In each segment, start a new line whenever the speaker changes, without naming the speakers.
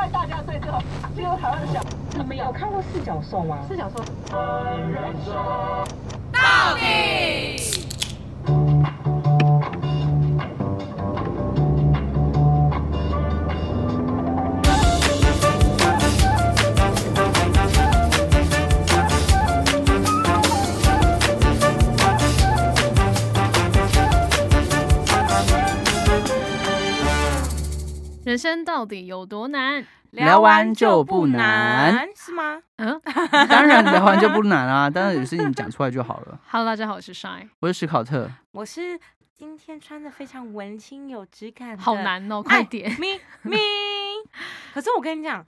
最后最后台湾的小
你们有看过四角兽吗？
是想说，
人生到底有多难？
聊完就不难，
是吗？
嗯，
当然聊完就不难啊， 当然有事情讲出来就好了。
Hello，大家好，我是 Shine，
我是史考特，
我是今天穿的非常文青有质感的，哎
好难哦，
哎
快点，
咪咪。可是我跟你讲，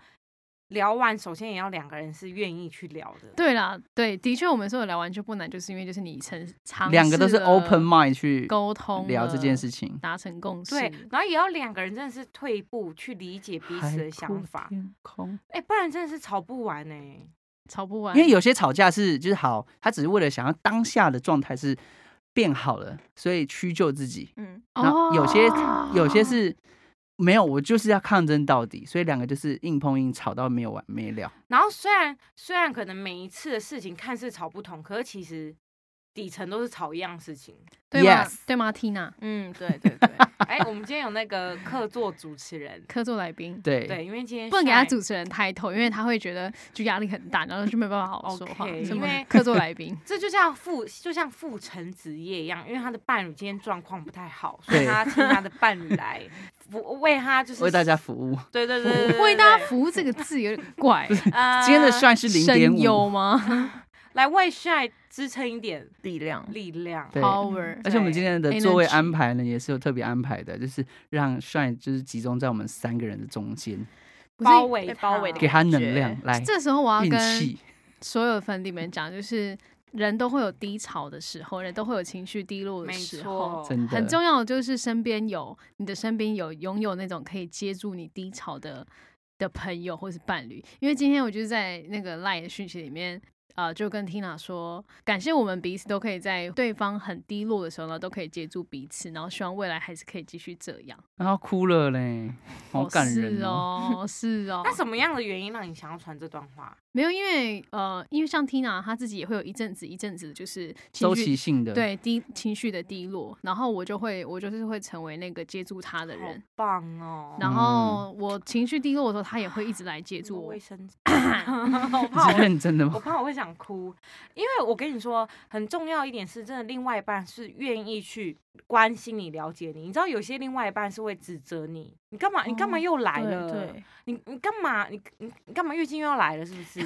聊完首先也要两个人是愿意去聊的，
对啦，对，的确，我们说的聊完就不难，就是因为就是你曾尝
两个都
试
是
了
open mind 去
沟通
聊这件
了
事，情，
达成共识。
对，然后也要两个人真的是退一步去理解彼此的想法
海，阔天空
哎、不然真的是吵不完哎、
吵不完，
因为有些吵架是就是好，他只是为了想要当下的状态是变好了，所以屈就自己。
嗯，
然后有些、
哦
有些是没有，我就是要抗争到底，所以两个就是硬碰硬，吵到没有完没了。
然后虽然虽然可能每一次的事情看似吵不同，可是其实底层都是吵一样事情。
对吗
Yes
对吗？Tina
嗯，对对对。 哎、我们今天有那个客座主持人，
客座来宾，
对，
对，因为今天
不能给他
Shine-
主持人抬头，因为他会觉得就压力很大，然后就没办法好好说话。
OK，
什么
因为
客座来 宾
这就像父就像父承子业一样，因为他的伴侣今天状况不太好，所以
对
他请他的伴侣 来服为他就是
为大家服务。
对对对对对
为大家服务这个字有点怪，
呃
今天的算是零点
声优
五，
吗
来为帅支撑一点
力量。
力量。
对
？Power，
而且我们今天的
对
座位
energy
安排呢，也是有特别安排的，就是让帅就是集中在我们三个人的中间，
不
包
是。
围
被包围的
给他能量
感
来
这时候我要
运
跟
气。
所有粉底们讲，就是人都会有低潮的时候，人都会有情绪低落的
没
时候。
错，
哦真的
很重要的就是身边有你的身边有拥有那种可以接住你低潮的的朋友或是伴侣，因为今天我就是在那个 LINE 的讯息里面，呃，就跟 Tina 说，感谢我们彼此都可以在对方很低落的时候呢，都可以接住彼此，然后希望未来还是可以继续这样。
然后哭了嘞，好感人
是
哦。
哦，是 哦。
那什么样的原因让你想要传这段话？
没有，因为呃，因为像 Tina 她自己也会有一阵子一阵子就是情
周
绪
期性的，，
对低情绪的低落，然后我就会我就是会成为那个接住他的
好
人，
棒哦！
嗯
然后我情绪低落的时候，他也会一直来接
做
住我
卫。生 纸， 我怕
你是
我。
认真 的 吗
我？怕我会想哭，因为我跟你说，很重要一点是，真的另外一半是愿意去关心你、了解你。你知道，有些另外一半是会指责你，你干嘛？你干嘛
哦
又来
对
了？
对，
你你干嘛？你你你干嘛月经又要来了？是不 是？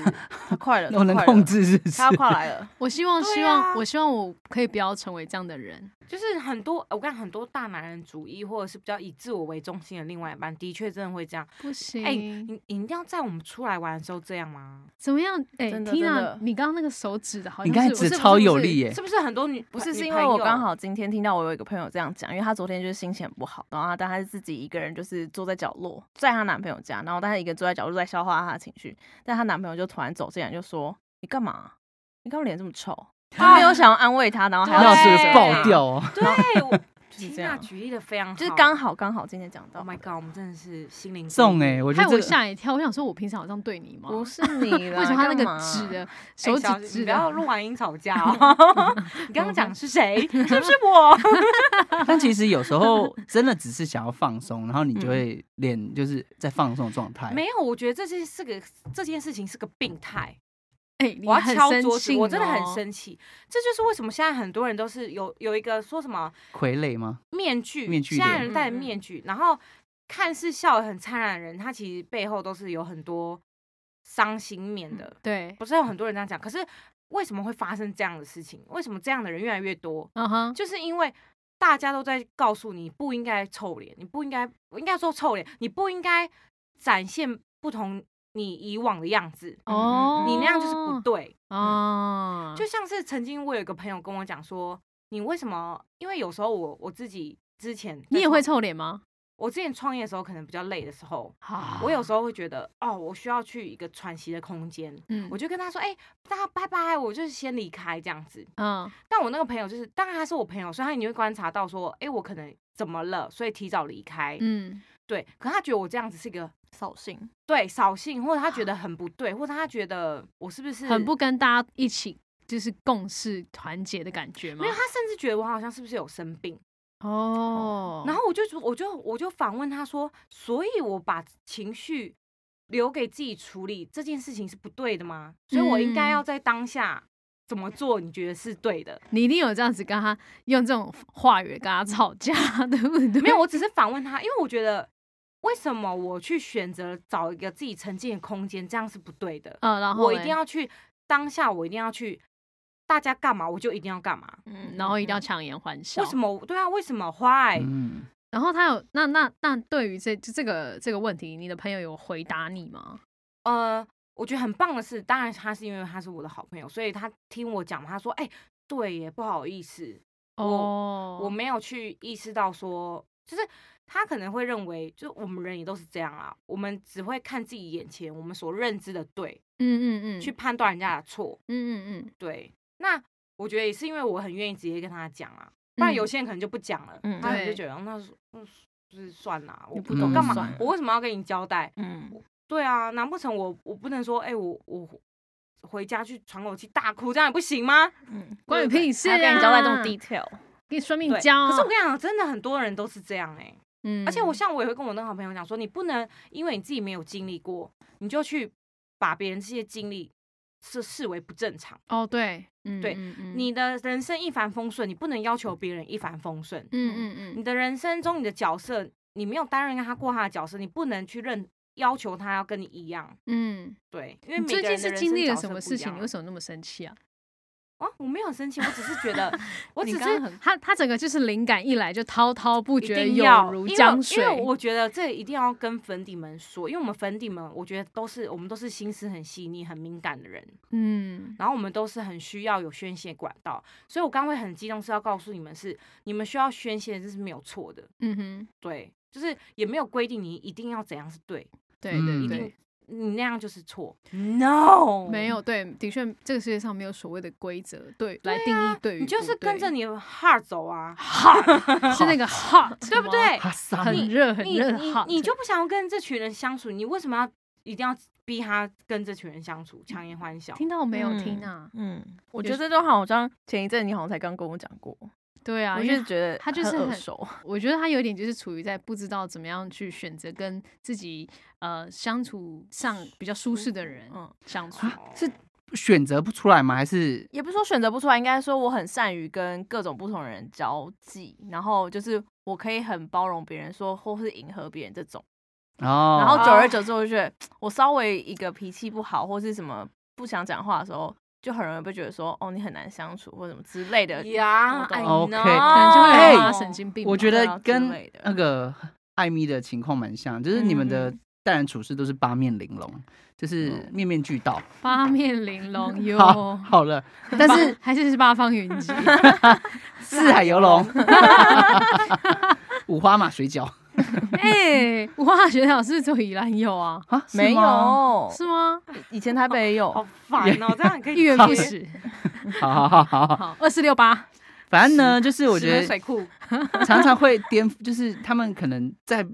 他快了，
我能控，制是不是
他？要快来 了。
我希望，
对
希望，
啊
我希望我可以不要成为这样的人。
就是很多我看很多大男人主义，或者是比较以自我为中心的另外一半，的确真的会这样。
不行，
哎、你你一定要在我们出来玩的时候这样吗？
怎么样？哎、
真
t i
的真
n
的
a 你刚刚那个手指的好
你
像
刚才
是
指
不是
超有
不是
力耶
是，不是很多女
不是，
女
是因为我
朋友
刚好今天听到我有一个朋友这样讲，因为她昨天就是心情很不好，然后她但她是自己一个人，就是坐在角落，在她男朋友家，然后但她一个人坐在角落在消化她的情绪，但她男朋友就突然走进来就说：“你干嘛？你干嘛脸这么臭？”他没有想要安慰她，然后还
那
要
我是不
对
是
啊
爆掉哦？
对，我
就是
缇
这
娜
样
举例的非常好，，Oh
就是刚好欸刚好今天讲到
Oh，my god！我们真的是心灵
送
哎、
哎、我觉
害我
得这个
吓一跳。我想说，我平常有这样对你吗？
不
为
是你啦，
什么他那
干
个
嘛
指的手
哎小
指
心
指
不要
的？
录完音吵架 哦！你刚刚讲是谁？是不是我？
但其实有时候真的只是想要放松，然后
嗯
你就会脸就是在放松的状
哎
态。
没有，我觉得这件是个这件事情是个病态。
哎、你
我要
很
敲
生
桌子，
气
我真的很
哦。
生气。这就是为什么现在很多人都是有有一个说什么
傀儡吗？
面具，
面具
现在
脸
人戴
嗯嗯
面具，然后看似笑得很灿烂的人，他其实背后都是有很多伤心面的。
对，
不是有很多人这样讲，可是为什么会发生这样的事情？为什么这样的人越来越多？
嗯哼，
就是因为大家都在告诉你不应该臭脸，你不应该，我应该说臭脸，你不应该展现不同你以往的样子，
哦，
嗯你那样就是不对。嗯
啊，
就像是曾经我有一个朋友跟我讲说，你为什么？因为有时候我我自己之前在
你也会
创，
臭脸吗？
我之前创业的时候可能比较累的时候，
好
我有时候会觉得哦，我需要去一个喘息的空间，
啊嗯
我就跟他说，哎、大家拜拜，我就是先离开这样子。
嗯
但我那个朋友就是，当然他是我朋友，所以他你会观察到说，哎、我可能怎么了，所以提早离开。
嗯
对，可他觉得我这样子是一个
扫兴。
对扫兴，或者他觉得很不对，或者他觉得我是嗯不是
啊很不跟大家一起就是共事团结的感觉吗
没有，？他甚至觉得我好像是不是有生病。
哦，
然后我就说我就我就反问他说，所以我把情绪留给自己处理这件事情是不对的吗？所以我应该
嗯
要在当下怎么做？你觉得是对的？
你一定有这样子跟他用这种话语跟他吵架，对不对？
没 有，我只是反问他，因为我觉得为什么我去选择找一个自己沉浸的空间，这样是不对的。
呃，然后
我一
嘞
定，要去当下，我一定要去，大家干嘛我就一定要干嘛。
嗯
然后一定要强颜欢笑。
为什？么？对啊，为什么？Why？、
哎
嗯，
然后他有那那那对于这这个这个问题，你的朋友有回答你吗？
呃，我觉得很棒的是，当然他是因为他是我的好朋友，所以他听我讲，他说：“哎、对耶，不好意思，我
哦，
我没有去意识到说，就是他可能会认为，就是我们人也都是这样啊，我们只会看自己眼前我们所认知的对，
嗯嗯嗯，
去判断人家的错。
嗯嗯嗯，
对，那我觉得也是因为我很愿意直接跟他讲啊，不然有
嗯
些人可能就不讲了，
嗯
他可能就
对
觉得那是嗯就是算啦，我
你
不
不
懂
懂
干
就
嘛
算了，
我为什么要跟你交代？
嗯，
对啊，难不成我我不能说，哎、我我回家去喘口气大哭，这样也不行吗？
嗯，
关你
对
屁事
还要跟你交代这种
啊
detail，
给你算命
对，
教。啊
可是我跟你讲，真的很多人都是这样哎、
嗯，
而且我像我也会跟我那个好朋友讲说，你不能因为你自己没有经历过，你就去把别人这些经历是视为不正常。
哦，对，嗯，
对
嗯，嗯
你的人生一帆风顺，你不能要求别人一帆风顺。
嗯
你
嗯
的人生中，你的角色，你没有担任他过他的角色，你不能去认要求他要跟你一样。
嗯
对，因为
嗯，你最
每个
近
人的
是
人
经
生
历了
角
什
色
么
不
事
一
情？
样
你为什么那么生气啊？
啊，我没有很生气，我只是觉 得，我
你
只
刚
是
刚很
他他整个就是灵感一来就滔滔不
一
绝，
定
有
要
如
因为
江水。
因为我觉得这一定要跟粉底们说，因为我们粉底们，我觉得都是我们都是心思很细腻、很敏感的人，
嗯，
然后我们都是很需要有宣泄管道，所以我刚刚会很激动，是要告诉你们是你们需要宣泄，这是没有错的，
嗯哼，
对，就是也没有规定你一定要怎样是对，
对
嗯
对
一
对，
定你那样就是错，no，
没。有对，的确，这个世界上没有所谓的规则，对，来定义对与
啊你就
不
是跟
对
着你的 heart 走啊，
hot，是那个 hot，
对不？对？
哈桑，
哎很热很
你
热
你
hot，
你就不想要跟这群人相处，你为什么要一定要逼他跟这群人相处，强颜欢笑？
听到没有
嗯
听啊？
嗯，
有
我觉得
时
这就好像前一阵你好像才刚跟我讲过，
对啊，
我
因
就
为
是觉得
他就是
很耳
很
熟，
我觉得他有一点就是处于在不知道怎么样去选择跟自己呃相处上比较舒适的人
嗯，
相处。
哦
是选择不出来吗？还是
也不是说选择不出啊来，应该说我很善于跟各种不同的人交际，然后就是我可以很包容别人说，或是迎合别人这种，
哦？
然后久
哦
而久之，我就觉得我稍微一个脾气不好或是什么不想讲话的时候，就很容易被觉得说哦你很难相处或什么之类的，
呀
我懂
I
OK，
know
可能就会有
哎
人骂他神经病吧。
我觉
对啊
得
之
跟
类的
那个艾米的情况蛮像，就是你们的
嗯
待人处事都是八面玲珑，就是面面俱到。
八面玲珑哟，
好，
哦
好了，但是
还是是八方云集。
四海游龙， 五花马水饺
哎，五花大学长是不是只有宜兰有啊？
啊？是
没
吗
有，
是吗？
以前台北也有，
好烦哦，这样可以
一元不食。
好好好好好，
好，二四六八。
反正呢，就是我
十
觉
杯
得
水 库
常常会颠覆，就是他们可能在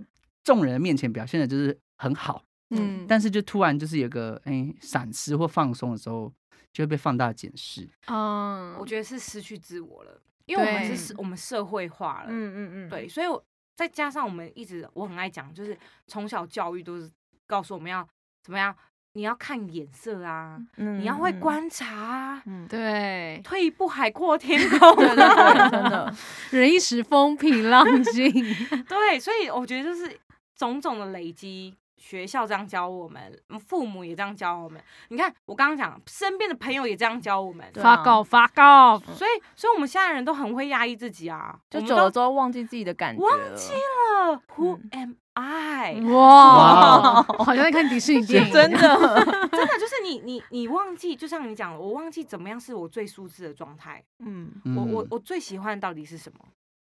众人的面前表现的就是很好，
嗯，
但是就突然就是有个哎闪失或放松的时候，就会被放大检视。
嗯，
我觉得是失去自我了，因为我们
对
是社我们社会化了，
嗯嗯，
哦对，所以我再加上我们一直我很爱讲，就是从小教育都是告诉我们要怎么样，你要看眼色啊，
嗯
你要会
嗯
观察啊，
嗯，对
对，
退一步海阔天空，啊
对对，真的，
人一时风平浪静。
对，所以我觉得就是种种的累积，学校这样教我们，嗯父母也这样教我们。你看，我刚刚讲，身边的朋友也这样教我们，
对
发
啊
告发告，
所以，所以我们现在人都很会压抑自己啊，
就
我们
久
都
了之后忘记自己的感觉
忘
了
记了 Who
嗯
am I？
哇，好像在看迪士尼电影，
真 的，
真的就是你，你，你忘记，就像你讲的，我忘记怎么样是我最舒适的状态，
嗯。
我我
嗯
我最喜欢的到底是什么？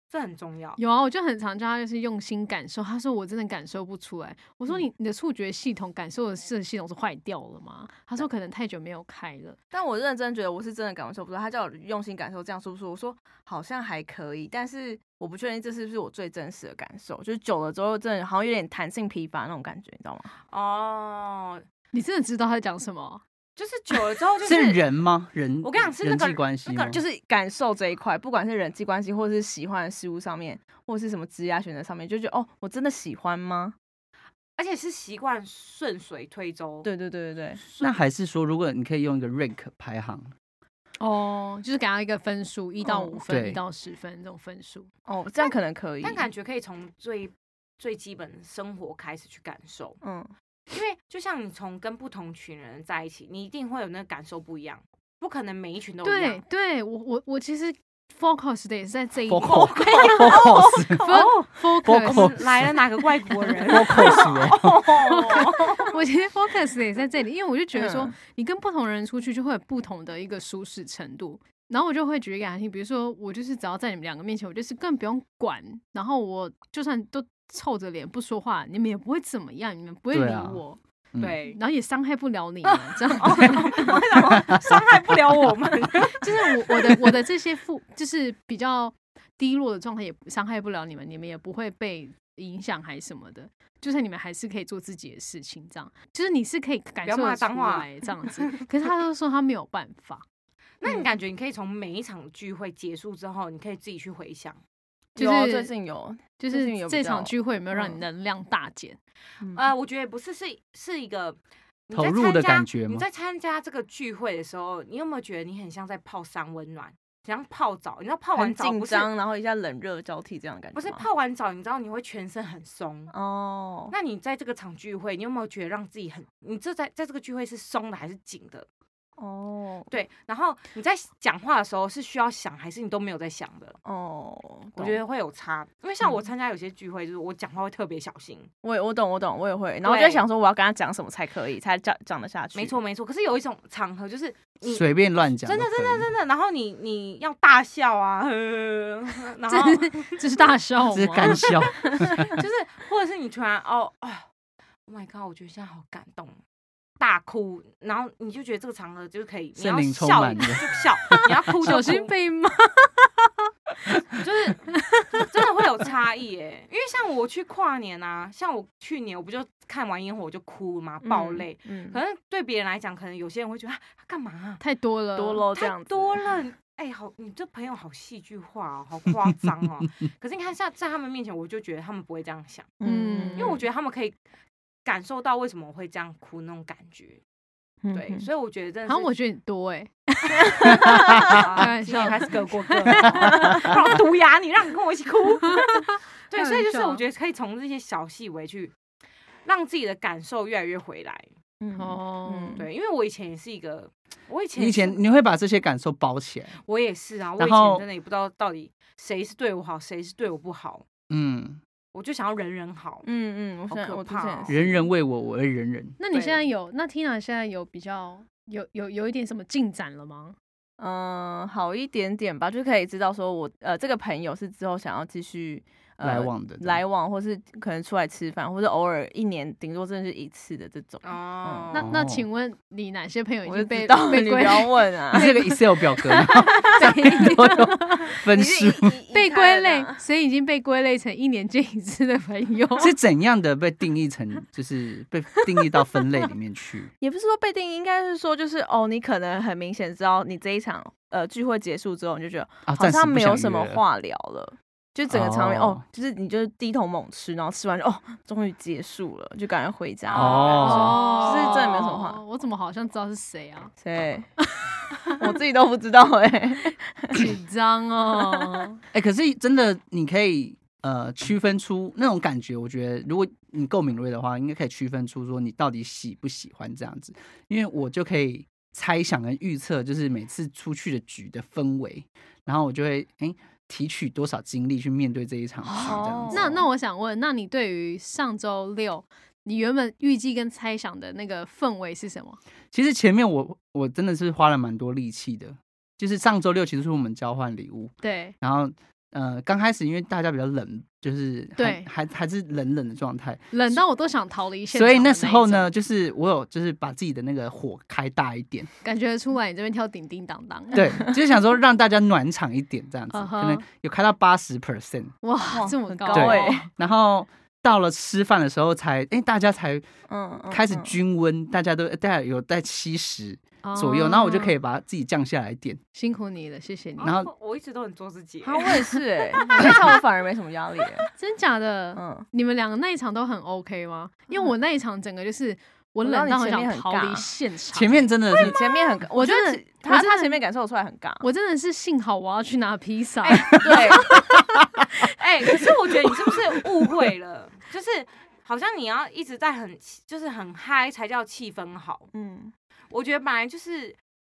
这很重要。
有啊，我就很常叫他就是用心感受。他说我真的感受不出来。我说
嗯
你你的触觉系统感受的是系统是坏掉了吗？他说可能太久没有开了。
但我认真觉得我是真的感受不到，他叫我用心感受这样舒不舒服？我说好像还可以，但是我不确定这是不是我最真实的感受，就是久了之后，真的好像有点弹性疲乏那种感觉，你知道吗？
哦，
你真的知道他在讲什么？
就是久了之后 就是
人吗？人，
我跟你讲是那
人
个
际关系
那个
吗，
就是是感受这一块，不管是人际关系，或者是喜欢的事物上面，或者是什么职业选择上面，就觉得哦，我真的喜欢吗？
而且是习惯顺水推舟。
对对对对对，
那还是说，如果你可以用一个 rank 排行，
哦，就是给他一个分数，一到
嗯
五分，一
对
到十分这种分数。
哦，这样可能可以，
但感觉可以从最最基本的生活开始去感受，
嗯，
因为就像你从跟不同群人在一起，你一定会有那个感受不一样，不可能每一群都一
对
样。
对，我我我其实 focus 的也是在这一点
focus focus
Fo-
focus
focus，
是嗯来了哪个外国人？
focus，
我其实 focus 的也在这里，因为我就觉得说
嗯，
你跟不同人出去就会有不同的一个舒适程度。然后我就会举一个例子，比如说我就是只要在你们两个面前，我就是更不用管，然后我就算都臭着脸不说话，你们也不会怎么样，你们不会
对
理
啊
我，
嗯
对，
然后也伤害不了你们，这 样。
我想说伤害不了我 们。
就是我我的我的这些负，就是比较低落的状态，也伤害不了你们，你们也不会被影响还是什么的。就是你们还是可以做自己的事情，这样就是你是可以感受
不
得
要骂
出
脏话
来这样子。可是他都说他没有办法，
那你感觉你可以从每一场聚会结束之后，你可以自己去回想。
就
有啊
是
最近有，
就
最近
是
有比
这场
较
聚会有没有让你
嗯
能量大减？
嗯
呃，我觉得不是，是是一个你在
投入
参
的
加
感觉
你
吗
在参加这个聚会的时候，你有没有觉得你很像在泡三温暖，像泡澡？你知道泡完
很
澡
紧
不是
张，然后一下冷热交替这样的感觉
不
吗，
是泡完澡，你知道你会全身很松。
哦，
那你在这个场聚会，你有没有觉得让自己很？你这在在这个聚会是松的还是紧的？
哦，
对，然后你在讲话的时候是需要想，还是你都没有在想的？
哦，
我觉
懂嗯
得会有差，因为像我参加有些聚会，就是我讲话会特别小心。
我也我懂我懂，我也会，然后我就在
对
想说我要跟他讲什么才可以，才讲讲得下去，
没错，没错，可是有一种场合就是你
随便乱讲都
真
可
的真
以，
的真的，然后你你要大笑啊， 呵然后
这是这是大笑吗？
这是干笑，
就是或者是你突然哦啊，Oh my god，我觉得现在好感动。哦大哭，然后你就觉得这个场合就是可以， 你
森
要
林充
笑
满
就
了
笑，你要哭就
小
哭，
心被骂。
就是真的会有差异耶。因为像我去跨年啊，像我去年我不就看完烟火我就哭了嘛，爆
嗯
泪。，
嗯
可，能对别人来讲，可能有些人会觉得啊，他干嘛啊、
太多了，
多喽这样
太
子
多了。哎、好，你这朋友好戏剧化哦，好夸张 哦。可是你看，像在他们面前，我就觉得他们不会这样想，
嗯
因为我觉得他们可以感受到为什么我会这样哭那种感觉。
得
对，所以我觉得真的
嗯好像我
是，
觉得你多哎，开
啊
玩
今年
笑
开始各 过各的哦，好毒牙你，让你跟我一起哭。 对，
开
所以就是
玩笑
我觉得可以从这些小细微去让自己的感受越来越回来。
嗯
哦，
嗯
对，因为我以前也是一个，我以前
你以
是
前你会把这些感受包起来，
我也是啊，我
然
以前
后
真的也不知道到底谁是对我好，谁是对我不好，
嗯，
我就想要人人好。
嗯嗯，我
好
现在
可
我之
怕
前
哦
也是
人人为我，我为人人，
那你现
对
在有那 Tina 现在有比较有有有一点什么进展了吗？
嗯，好一点点吧，就可以知道说我呃这个朋友是之后想要继续、呃、
来往的
来往，或是可能出来吃饭，或是偶尔一年顶多真的是一次的这种。
哦，
那那
哦
请问你哪些朋友已
我就
经被
知道
被
你不
归
要问
你
啊，
这个 Excel 表 格，然后上面都有分
你
数
是 移移
被
开
归
了
类，
啦
所以已经被归类成一年见一次的朋友。
是怎样的被定义成，就是被定义到分类里面去？
也不是说被定义，应该是说就是哦，你可能很明显知道你这一场呃聚会结束之后，你就觉得
啊，
好
暂时
像
不
没
想
有什么
约了，
话聊了。就整个场面哦
哦
就是你就是低头猛吃，然后吃完就哦，终于结束了，就感觉回家了。
哦
就是真的没有什么话
哦我怎么好像知道是谁啊？
谁？ 我自己都不知道哎、
紧张哦，
哎、可是真的，你可以呃区分出那种感觉。我觉得，如果你够敏锐的话，应该可以区分出说你到底喜不喜欢这样子。因为我就可以猜想跟预测，就是每次出去的局的氛围，然后我就会哎、诶提取多少精力去面对这一场局这样
哦
子。
那那我想问，那你对于上周六你原本预计跟猜想的那个氛围是什么？
其实前面我我真的是花了蛮多力气的，就是上周六其实是我们交换礼物，
对，
然后呃，刚开始因为大家比较冷，就是还
对
还还是冷冷的状态，
冷到我都想逃离现场
所
的一
以
种。
那时候呢，就是我有就是把自己的那个火开大一点，
感觉出来你这边跳叮叮当当，
对，就是想说让大家暖场一点这样子，
嗯哼
可能有开到八十 percent，
哇，这么
很
高
高
哦
欸
然后到了吃饭的时候才，哎，大家才
嗯，嗯
开始
嗯
均温，大家都大概有在七十
哦
左右，然后我就可以把自己降下来一点，
辛苦你了，谢谢你。
然后
哦我一直都很做自己
好，，我也是 哎，那场我反而没什么压力欸，
真假的？
嗯，
你们两个那一场都很 OK 吗？因为我那一场整个就是我
我知
冷
道
到很
你前
想
面很
逃离
尬
现场。
前面真的是
你前面很尬，我觉
真
得
的
其他
真的
他前面感受得出来很尬，
我真的是幸好我要去拿披萨，
对，
哎、可是我觉得你是不是误会了？就是好像你要一直在很就是很嗨才叫气氛好。
嗯，
我觉得本来就是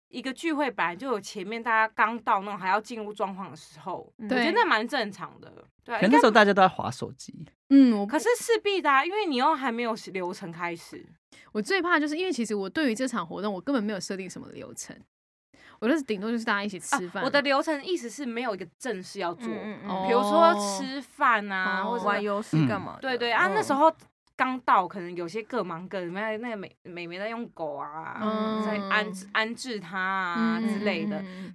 一个聚会，本来就有前面大家刚到那种还要进入状况的时候，我
嗯
觉
对
得那蛮正常的。对啊，
可
应
能
该
那时候大家都在划手机，
嗯，我
可是势必的、啊，因为你又还没有流程开始。
我最怕就是因为其实我对于这场活动我根本没有设定什么流程，我就是顶多就是大家一起吃饭、
啊我的流程意思是没有一个正式要做，
嗯嗯
哦
比如说吃饭啊，
哦
或
玩
者
游戏干嘛的？
对对啊，
嗯
那时候刚到，可能有些各忙各的，那那个美美眉在用狗啊，
嗯
在安置安置它啊之类的。
嗯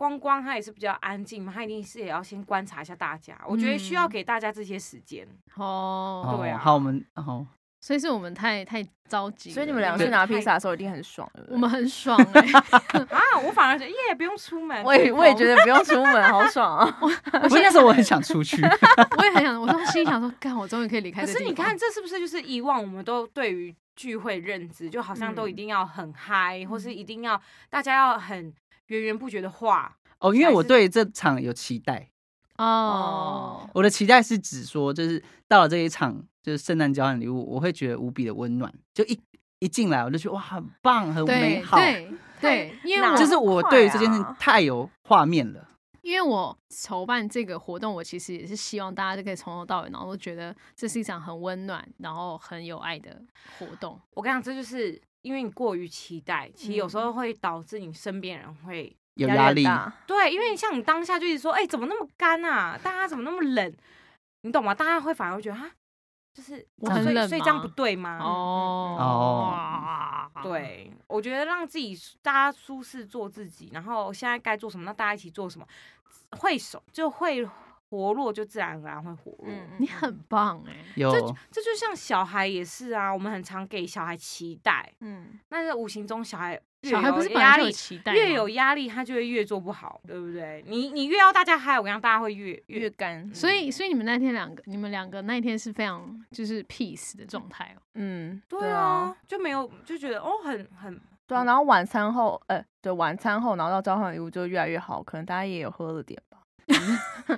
光光他也是比较安静嘛，他一定是也要先观察一下大家，我觉得需
嗯
要给大家这些时间。
哦，
对啊
好，我们哦，
所以是我们太太着急了，
所以你们两个
对
去拿披萨的时候一定很爽，对不对
我们很爽哎、
啊，我反而觉得耶，不用出门。
我也我也觉得不用出门，好爽啊！
不是那时候我很想出去，
我也很想，我当时心里想说，干，我终于可以离开
可
这地
是
方。
你看，这是不是就是以往我们都对于聚会认知，就好像都
嗯
一定要很嗨、或是一定要大家要很源源不绝的话，
哦，因为
还
我
是
对这场有期待，
哦，
我的期待是指说，就是到了这一场就是圣诞交换礼物，我会觉得无比的温暖。就一一进来，我就觉得哇，很棒，很美
对
好，
对对，因为
哪
我
就是我对于这件
好
事
快啊
太有画面了。
因为我筹办这个活动，我其实也是希望大家就可以从头到尾，然后都觉得这是一场很温暖，然后很有爱的活动。
我跟你讲，这就是因为你过于期待，其实有时
嗯
候会导致你身边人会、
有
压
压力，
很大
对，因为像你当下就是说，哎、怎么那么干啊？大家怎么那么冷？你懂吗？大家会反而会觉得哈，就是
我
啊
很
所以
冷
所以这样
吗
不对吗？
哦哦，
嗯对，我觉得让自己舒大家舒适做自己，然后现在该做什么，那大家一起做什么，会手就会活络，就自然而然会活络。
嗯，
你很棒哎、
有
这就像小孩也是啊，我们很常给小孩期待，
嗯，
但是无形中小孩越
小孩不
有
是本来
压
就有
力，
期待吗，
越有压力他就会越做不好，对不对？你你越要大家嗨，我跟你讲，大家会越
越
越
干，嗯
所以所以你们那天两个，你们两个那一天是非常就是 peace 的状态哦。
嗯，
对啊，，就没有就觉得哦，很很
对
嗯
啊。然后晚餐后，呃，对，晚餐后，然后到交换礼物就越来越好，可能大家也有喝了点 吧。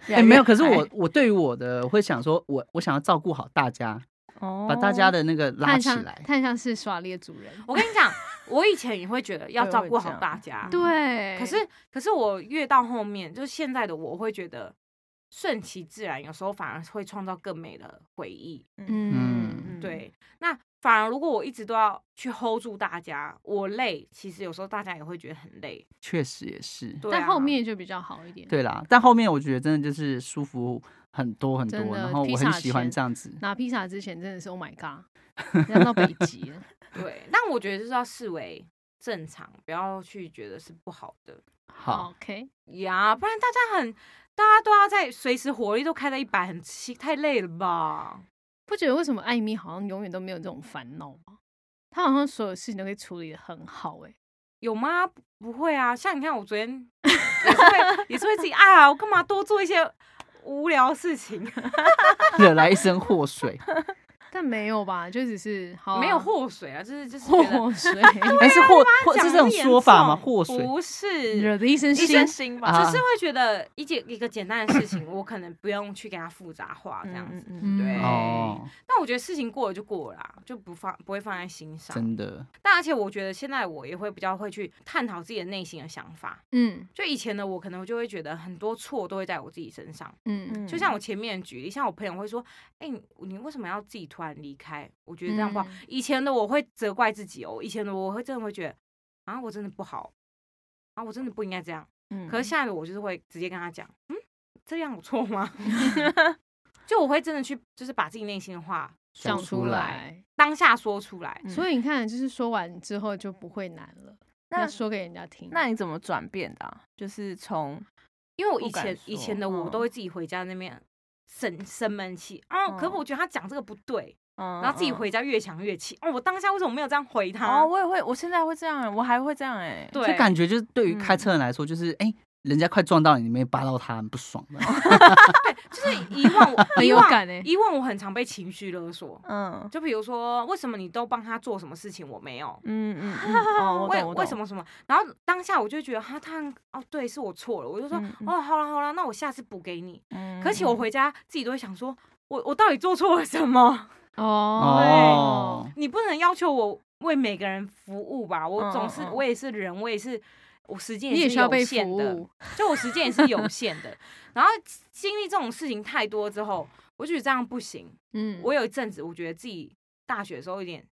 哎、没有？可是我我对于我的，我会想说我我想要照顾好大家，
我
把大家
的
的那个
他
拉
很
起
像，
来。
他很像是耍猎主人，
我跟你讲，我以前也会觉得要
对
照
我也
顾
这
好
样
大家，
对。
可是可是我越到后面，就是现在的我会觉得顺其自然，有时候反而会创造更美的回忆。
嗯，
对，那反而如果我一直都要去 hold 住大家，我累，其实有时候大家也会觉得很累。
确实也是。
对、啊，
但后面就比较好一点。
对啦，但后面我觉得真的就是舒服很多很多
真，的
然后
披
我
萨
很喜欢
前
这样子。
拿披萨之前真的是 Oh my God，要到北极了。
对，但我觉得就是要视为正常，不要去觉得是不好的
好，
，OK，
呀不然大家很大家都要在随时火力都开到一百，很气太累了吧？
不觉得为什么艾米好像永远都没有这种烦恼吗？她好像所有事情都可以处理的很好、欸，
有吗？不不会啊，像你看我昨天也是会也是会自己啊，我干嘛多做一些无聊事情？
惹来一身祸水。
但没有吧，就只是
哦
好啊、
没有祸水啊，就是就是觉 得
祸水，
哎、是祸祸
讲得
是这种
严
说法吗？
重
祸水
不是，
惹得一身
一
腥
身。腥吧，
啊
就是会觉得一件一个简单的事情，我可能不用去给它复杂化这样子。
嗯
嗯
对，
哦，
但我觉得事情过了就过了啦，就不放不会放在心上。
真的
但而且我觉得现在我也会比较会去探讨自己的内心的想法。
嗯
就以前的我可能就会觉得很多错都会在我自己身上，
嗯，
就像我前面举例，像我朋友会说：“哎、你你为什么要自己突然离开？”我觉得这样不好。
嗯
以前的我会责怪自己哦，以前的我会真的会觉得啊，我真的不好，啊，我真的不应该这样。
嗯
可是现在的我就是会直接跟他讲：“嗯，这样我错吗？ 就我会真的去，就是把自己内心的话
讲
讲出
出来
来。
当下说出来。
所以你看，就是说完之后就不会难了，
那
要说给人家听。
那你怎么转变的、啊？就是从
因为我以
不敢
前以前的
说
我
嗯
都会自己回家那边生生闷气啊，可是
嗯
我觉得他讲这个不对，
嗯，
然后自己
嗯
回家越想越气。哦，我当下为什么没有这样回他
哦，？我也会，我现在会这样，欸我还会这样哎、
对，
这感觉就是对于开
嗯
车人来说，就是哎、人家快撞到你，你没扒到他，很不爽的。
就是以往 我
很
以
有
往
感欸
以往我很常被情绪勒索，
嗯
就比如说为什么你都帮他做什么事情，我没有。啊
嗯嗯嗯，哦，我
为
懂，我懂，
为什么什么？然后当下我就觉得哈，他很哦，对，是我错了，我就说、
嗯嗯
哦，好了好了，那我下次补给你。
嗯？
可是其实我
嗯
回家自己都会想说，我我到底做错了什么？
哦
哦，
你不能要求我为每个人服务吧？我总是
嗯嗯嗯
我也是人，我也是我时间
你也
是
需要被
有
服
限的，
务。
就我时间也是有限的。然后经历这种事情太多之后，我就觉得这样不行。
嗯，
我有一阵子，我觉得自己大学的时候有点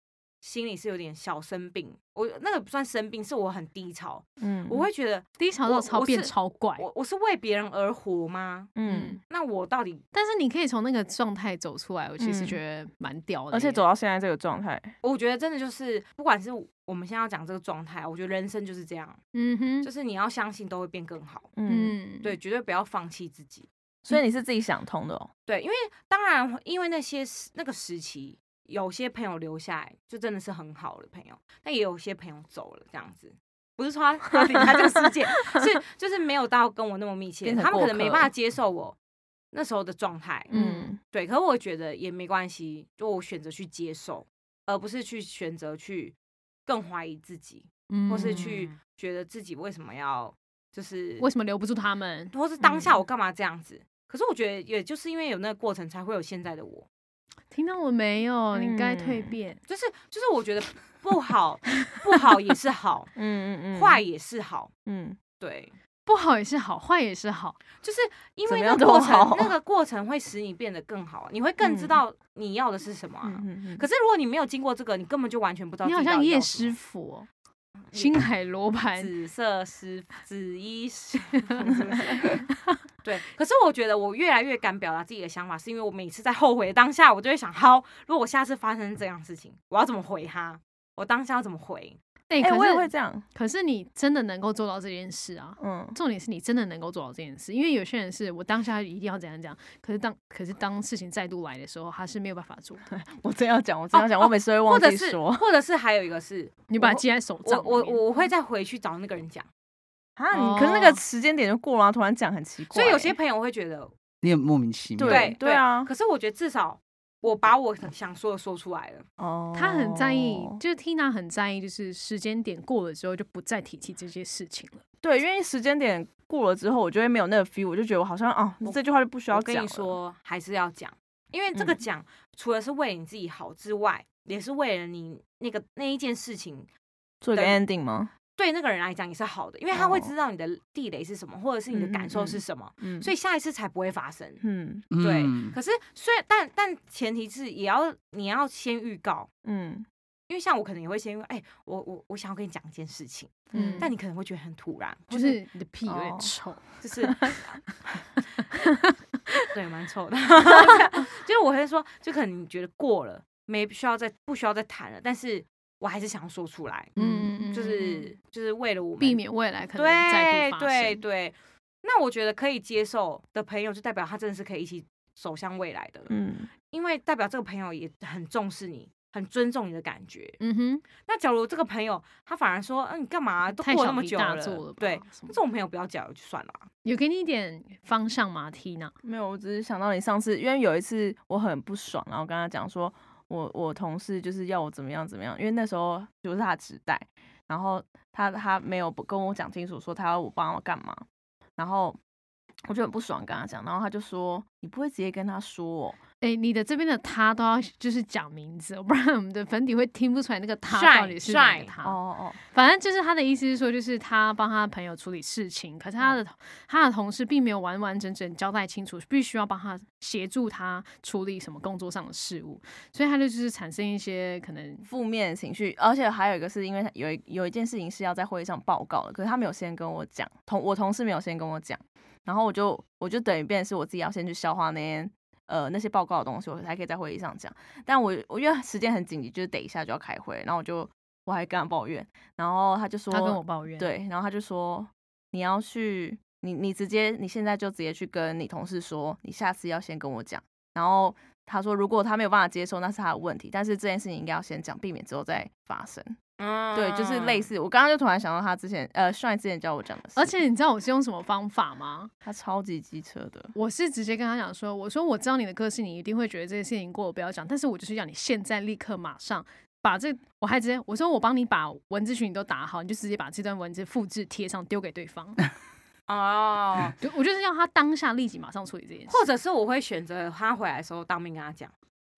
心里是有点小生病，我那个不算生病，是我很低潮，
嗯，
我会觉得
低潮
我
到超
我
变
是
超怪。
我我是为别人而活吗？
嗯，
嗯，
那我到底
但是你可以从那个状态走出来，我其实
嗯
觉得蛮屌的耶。
而且走到现在这个状态，
我觉得真的就是，不管是我们现在要讲这个状态，我觉得人生就是这样，
嗯哼，
就是你要相信都会变更好，
嗯，
嗯，
对，，绝对不要放弃自己。
所以你是自己想通的哦，
对，因为当然，因为那些时那个时期，有些朋友留下来就真的是很好的朋友，但也有些朋友走了，这样子。不是说他他离开这个世界， 是就是没有到跟我那么密切，
变成
他们可能
过客
没办法接受我那时候的状态。
嗯
嗯
对，可是我觉得也没关系，就我选择去接受，而不是去选择去更怀疑自己，或是去
嗯
觉得自己为什么要就是
为什么留不住他们？
或是当下
嗯
我干嘛这样子？可是我觉得，也就是因为有那个过程，才会有现在的我。
听到了没有？你该蜕
嗯
变。
就是就是，我觉得不好不好也是 好，
嗯嗯嗯，
坏，也是好，
嗯
对，
不好也是好，坏也是好。
就是因
怎
为
么
那
样
个
都
过程
好，
那个过程会使你变得更好，啊你会更知
嗯
道你要的是什么啊、
嗯嗯，
可是如果你没有经过这个，你根本就完全不知道
你
自己
好
到
像
底要
叶
什
师
么
傅哦，星海罗盘。
紫色师紫衣师是不是， 对。可是我觉得我越来越敢表达自己的想法，是因为我每次在后悔的当下，我就会想，好，如果我下次发生这样的事情，我要怎么回他？我当下要怎么回？
哎、
哎，
可
我也会
是
这样，
可是你真的能够做到这件事啊？
嗯
重点是你真的能够做到这件事，因为有些人是我当下一定要怎样讲，可是当可是当事情再度来的时候，他是没有办法做的。
我真要讲，我真要讲，我每次会
或
忘
者
记
是，
说
或者是还有一个是，
你把它记在手
我
上
我
里面
我会再回去找那个人讲。
啊，
哦
你可是那个时间点就过了啊，突然讲很奇怪，
所以有些朋友会觉得，
你很莫名其妙。
对
对啊
可是我觉得至少我把我想说的说出来了。
哦，
他很在意，就是 Tina 很在意，就是时间点过了之后就不再提起这些事情了。
对，因为时间点过了之后，我就会没有那个 feel，我就觉得我好像哦
我，
这句话就不需要
我跟
讲
你
了，
说，还是要讲，因为这个
嗯
讲、除了是为了你自己好之外，也是为了你那个那一件事情
做一个
对
ending 吗？
对那个人来讲也是好的，因为他会
哦
知道你的地雷是什么，或者是你的感受
嗯嗯
是
嗯
什么，
嗯，
所以下一次才不会发生。
嗯
对，
嗯
可是虽然但但前提是也要你要先预告，
嗯
因为像我可能也会先预告，哎、我我我想要跟你讲一件事情，
嗯
但你可能会觉得很突然，
就
或
是你的屁有
哦
点臭，
就是 对蛮丑 的，就是我会说，就可能你觉得过了，没需要再不需要再谈了，但是我还是想要说出来，
嗯，
就是就是为了我们
避免未来可能再
对
度发
对
生。
对，那我觉得可以接受的朋友，就代表他真的是可以一起走向未来的了，
嗯
因为代表这个朋友也很重视你，很尊重你的感觉。
嗯哼，
那假如这个朋友他反而说，嗯、你干嘛都
太
过
小
那么
题
久
大做了吧
对，
什
那
么
这种朋友不要交了就算了啊。
有给你一点方向吗，Tina？
没有，我只是想到你上次，因为有一次我很不爽，然后跟他讲说，我我同事就是要我怎么样怎么样，因为那时候就是他的直代，然后他他没有不跟我讲清楚，说他要我帮我干嘛，然后我就很不爽跟他讲，然后他就说你不会直接跟他说、哦，
哎，你的这边的他都要就是讲名字哦，不然我们的粉底会听不出来那个他
帅
到底是哪个
帅
他。
哦哦，
反正就是他的意思是说，就是他帮他的朋友处理事情，可是
嗯
他的、他的同事并没有完完整整交代清楚，必须要帮他协助他处理什么工作上的事务，所以他就就是产生一些可能
负面情绪，而且还有一个是因为他有一有一件事情是要在会议上报告的，可是他没有先跟我讲，同我同事没有先跟我讲，然后我就我就等于变成是我自己要先去消化那些呃那些报告的东西，我才可以在会议上讲。但我我因为时间很紧急，就是等一下就要开会，然后我就我还跟他抱怨，然后他就说
他跟我抱怨，，
对，然后他就说你要去，你你直接你现在就直接去跟你同事说，你下次要先跟我讲。然后他说，如果他没有办法接受，那是他的问题，但是这件事情应该要先讲，避免之后再发生。
嗯
对，就是类似，我刚刚就突然想到他之前，呃，帅之前教我讲的事，
而且你知道我是用什么方法吗？
他超级机车的，
我是直接跟他讲说，我说我知道你的个性，你一定会觉得这件事情过我不要讲，但是我就是要你现在立刻马上把这，我还直接我说我帮你把文字群你都打好，你就直接把这段文字复制贴上丢给对 方，
哦，
就我就是要他当下立即马上处理这件事，
或者是我会选择他回来的时候当面跟他讲。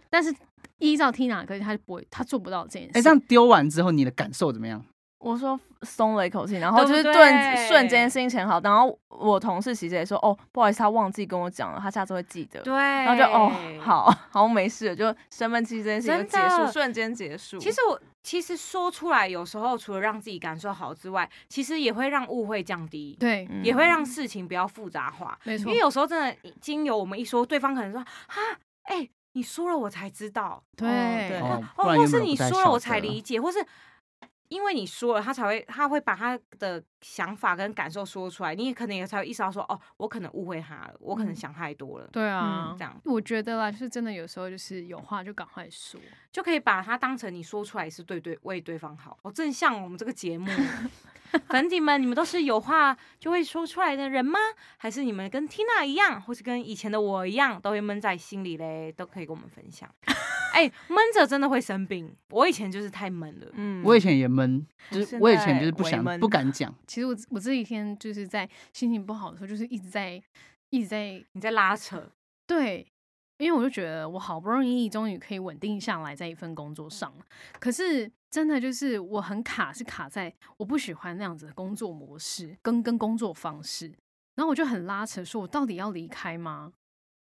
但是依照 Tina 的个性，他就不会，他做不到这件事。
哎、这样丢完之后，你的感受怎么样？
我说松了一口气，然后就是
对不
顿
对
瞬间心情好。然后我同事其实也说，哦，不好意思，他忘记跟我讲了，他下次会记得。
对，
然后就哦，好， 好没事了，就生闷气这件事情就结
哎真
束，
的
瞬间结束。
其实我其实说出来，有时候除了让自己感受好之外，其实也会让误会降低，
对，
嗯
也会让事情不要复杂化。
没
因
错
为，有时候真的经由我们一说，对方可能说啊，哎、你说了我才知道，
对、
对
那
哦不
哦，或
然原
是
本
你
不太
说了我
晓
才
得
理解，或是因为你说了，他才会他会把他的想法跟感受说出来，你也可能也才会意识到说，哦，我可能误会他了，我可能
嗯
想太多了，
对啊，
嗯这样
我觉得啦，就是真的有时候就是有话就赶快说，
就可以把它当成你说出来是对对为对方好，哦，正像我们这个节目。粉底们，你们都是有话就会说出来的人吗？还是你们跟 Tina 一样，或是跟以前的我一样，都会闷在心里嘞？都可以跟我们分享。哎、闷着真的会生病。我以前就是太闷了。
嗯
我以前也闷，就是
现
我以前
在
就是不
微
想
闷
不敢讲，
其实我我这几天就是在心情不好的时候，就是一直在一直在
你在拉扯，
对，因为我就觉得我好不容易终于可以稳定下来在一份工作
嗯
上了，可是真的就是我很卡，是卡在我不喜欢那样子的工作模式跟跟工作方式，然后我就很拉扯，说我到底要离开吗？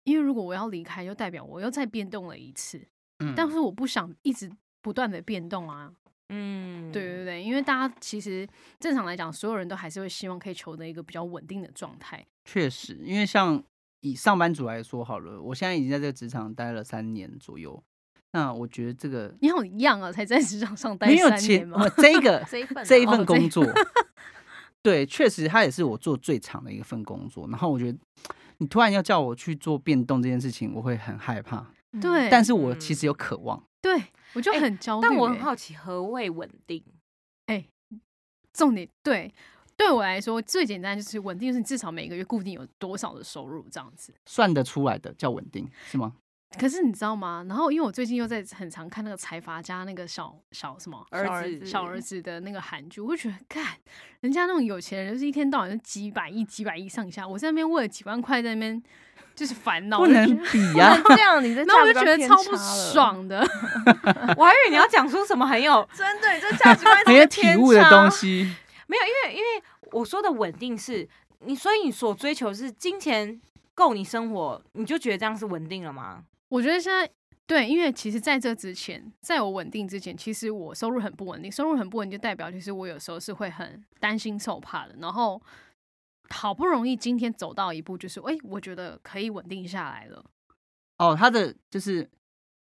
因为如果我要离开，就代表我又再变动了一次，
嗯，
但是我不想一直不断的变动啊，
嗯，
对对对，因为大家其实正常来讲，所有人都还是会希望可以求得一个比较稳定的状态。
确实，因为像以上班族来说好了，我现在已经在这个职场待了三年左右，那我觉得这个
你好样啊，才在职场上待
没有
三年
前
吗
我？这个
啊这一份
这一
哦
份啊
这
工作，对，确实它也是我做最长的一份工作。然后我觉得你突然要叫我去做变动这件事情，我会很害怕，
对
但是我其实有渴望。
对，我就
哎
很焦虑欸、
但我很好奇，何谓稳定？
重点对。对我来说，最简单就是稳定，就是你至少每个月固定有多少的收入这样子。
算得出来的叫稳定是吗？
可是你知道吗？然后因为我最近又在很常看那个财阀家那个小小什么
儿
儿
子
子
小儿子的那个韩剧，我就觉得，看人家那种有钱人，就是一天到晚就几百亿、几百亿上下，我在那边为了几万块在那边就是烦恼，
不
我就
能
觉得
比
不
呀、
能这样，你这
然后我就
价
觉
值观
得
偏
超不
差了，
爽的。
我还以为你要讲出什么很有
真的，你这价值观
没有体悟的东
西。
西，
没有，因为因为我说的稳定是你，所以你所追求是金钱够你生活，你就觉得这样是稳定了吗？
我觉得现在对，因为其实在这之前，在我稳定之前，其实我收入很不稳定，收入很不稳定，就代表其实我有时候是会很担心受怕的。然后好不容易今天走到一步，就是哎、诶我觉得可以稳定下来了。
哦，它的就是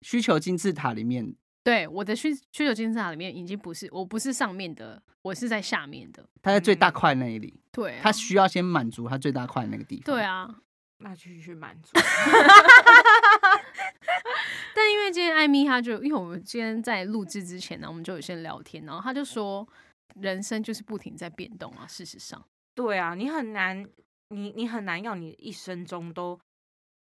需求金字塔里面，
对，我的需需求金字塔里面已经不是，我不是上面的，我是在下面的。
它在最大块那里，
对、啊
它，需要先满足它最大块那个地方。
对，啊。
那继续满 足。
但因为今天艾米她就，因为我们今天在录制之前呢，我们就有先聊天，然后她就说，人生就是不停在变动啊。事实上，
对啊，你很难，你你很难要你一生中都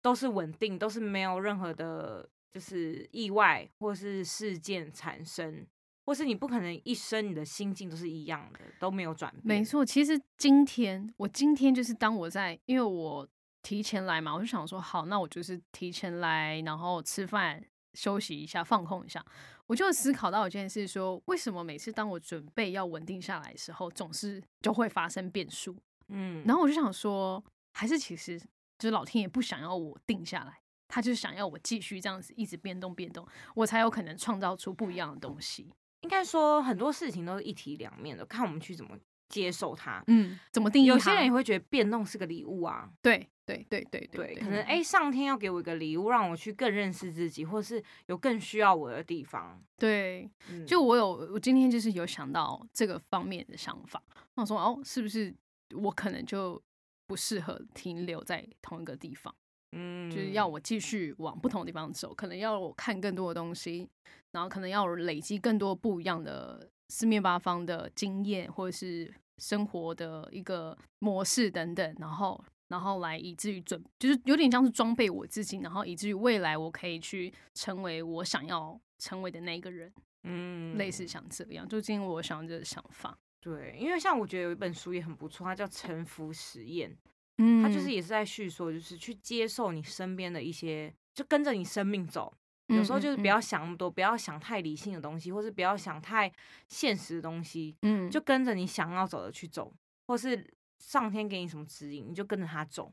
都是稳定，都是没有任何的，就是意外或是事件产生，或是你不可能一生你的心境都是一样的，都没有转变。
没，错，其实今天我今天就是当我在，因为我提前来嘛，我就想说，好，那我就是提前来，然后吃饭、休息一下、放空一下。我就
嗯
思考到一件事说为什么每次当我准备要稳定下来的时候，总是就会发生变数？
嗯
然后我就想说，还是其实就是老天爷不想要我定下来，他就是想要我继续这样子一直变动变动，我才有可能创造出不一样的东西。
应该说很多事情都是一体两面的，看我们去怎么接受它。
嗯，怎么定义它？
有些人也会觉得变动是个礼物啊，
对对对对
对，
对，嗯
可能哎、诶上天要给我一个礼物，让我去更认识自己，或是有更需要我的地方。
对，
嗯
就我有我今天就是有想到这个方面的想法，那我说哦，是不是我可能就不适合停留在同一个地方？
嗯
就是要我继续往不同的地方走，可能要我看更多的东西，然后可能要我累积更多不一样的四面八方的经验，或者是生活的一个模式等等，然后然后来以至于准，就是有点像是装备我自己，然后以至于未来我可以去成为我想要成为的那一个人，
嗯
类似像这样，就今天我想这个想法，
对，因为像我觉得有一本书也很不错，它叫《沉浮实验》，
嗯
它就是也是在叙说，就是去接受你身边的一些，就跟着你生命走。
嗯
有时候就是不要想那么多，不要想太理性的东西，或是不要想太现实的东西，
嗯
就跟着你想要走的去走，或是上天给你什么指引，你就跟着它走，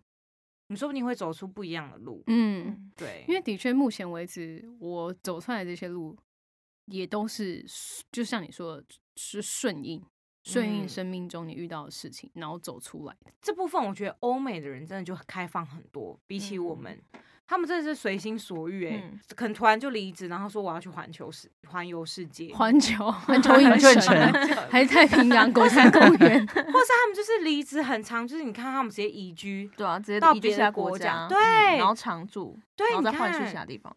你说不定会走出不一样的路。
嗯。
对，
因为的确，目前为止我走出来的这些路，也都是就像你说的，是顺应顺应
嗯
生命中你遇到的事情，然后走出来的。
这部分我觉得欧美的人真的就开放很多，比起我们，他们真的是随心所欲、欸，哎、
嗯
可能突然就离职，然后说我要去环球世环游世界，
环球 环球影
环球影
城啊
城，
或
还是太平洋国家公园？
是他们就是离职很长，就是你看他们直接移居，
对啊，直接
到
移
别
居
的
其他
国
国
家
家，
对
嗯然后常住，
对
然后
你
再换去其
看
他地方。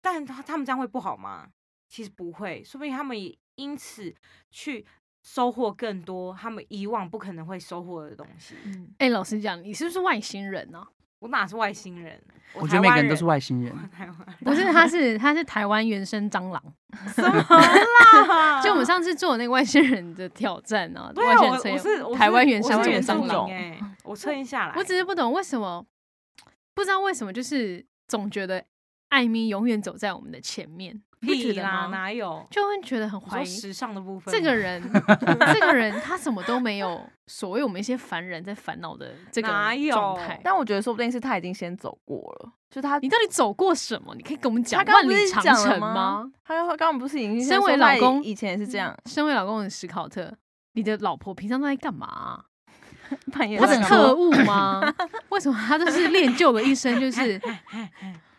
但他他们这样会不好吗？其实不会，说不定他们也因此去收获更多他们以往不可能会收获的东西。
嗯，
哎、老实讲，你是不是外星人啊 呢、
我哪是外星人？啊
我
台
觉得每个
湾
人都是外星人
我。台湾
不是，他是他是台湾原生蟑螂。
什么啦？
就我们上次做的那个外星人的挑战啊，
对
外
啊，
星
我
人测验
我是我是
台湾原
我
生
是原
台湾原
住
生
蟑螂啊
民。哎， 我测验下来，
我只是不懂为什么，不知道为什么，就是总觉得艾米永远走在我们的前面，你不觉
屁
得吗？
啦，哪有？
就会觉得很
我
怀
说
疑
时尚的部分吗，
这个人，这个人他什么都没有，所谓我们一些凡人在烦恼的这个
哪有
状态。
但我觉得说不定是他已经先走过了，就他
你到底走过什么？你可以跟我们讲
他刚
万
刚不
里
是
长
讲了
城吗？
吗？他刚刚不是已经先
身为
说他
老公
以前也是这样，
身为老公的史考特，你的老婆平常都在干嘛啊、
半夜
我
他
在
是
只能
干
说
嘛
特务吗？ 为什么他就是练就了一身就是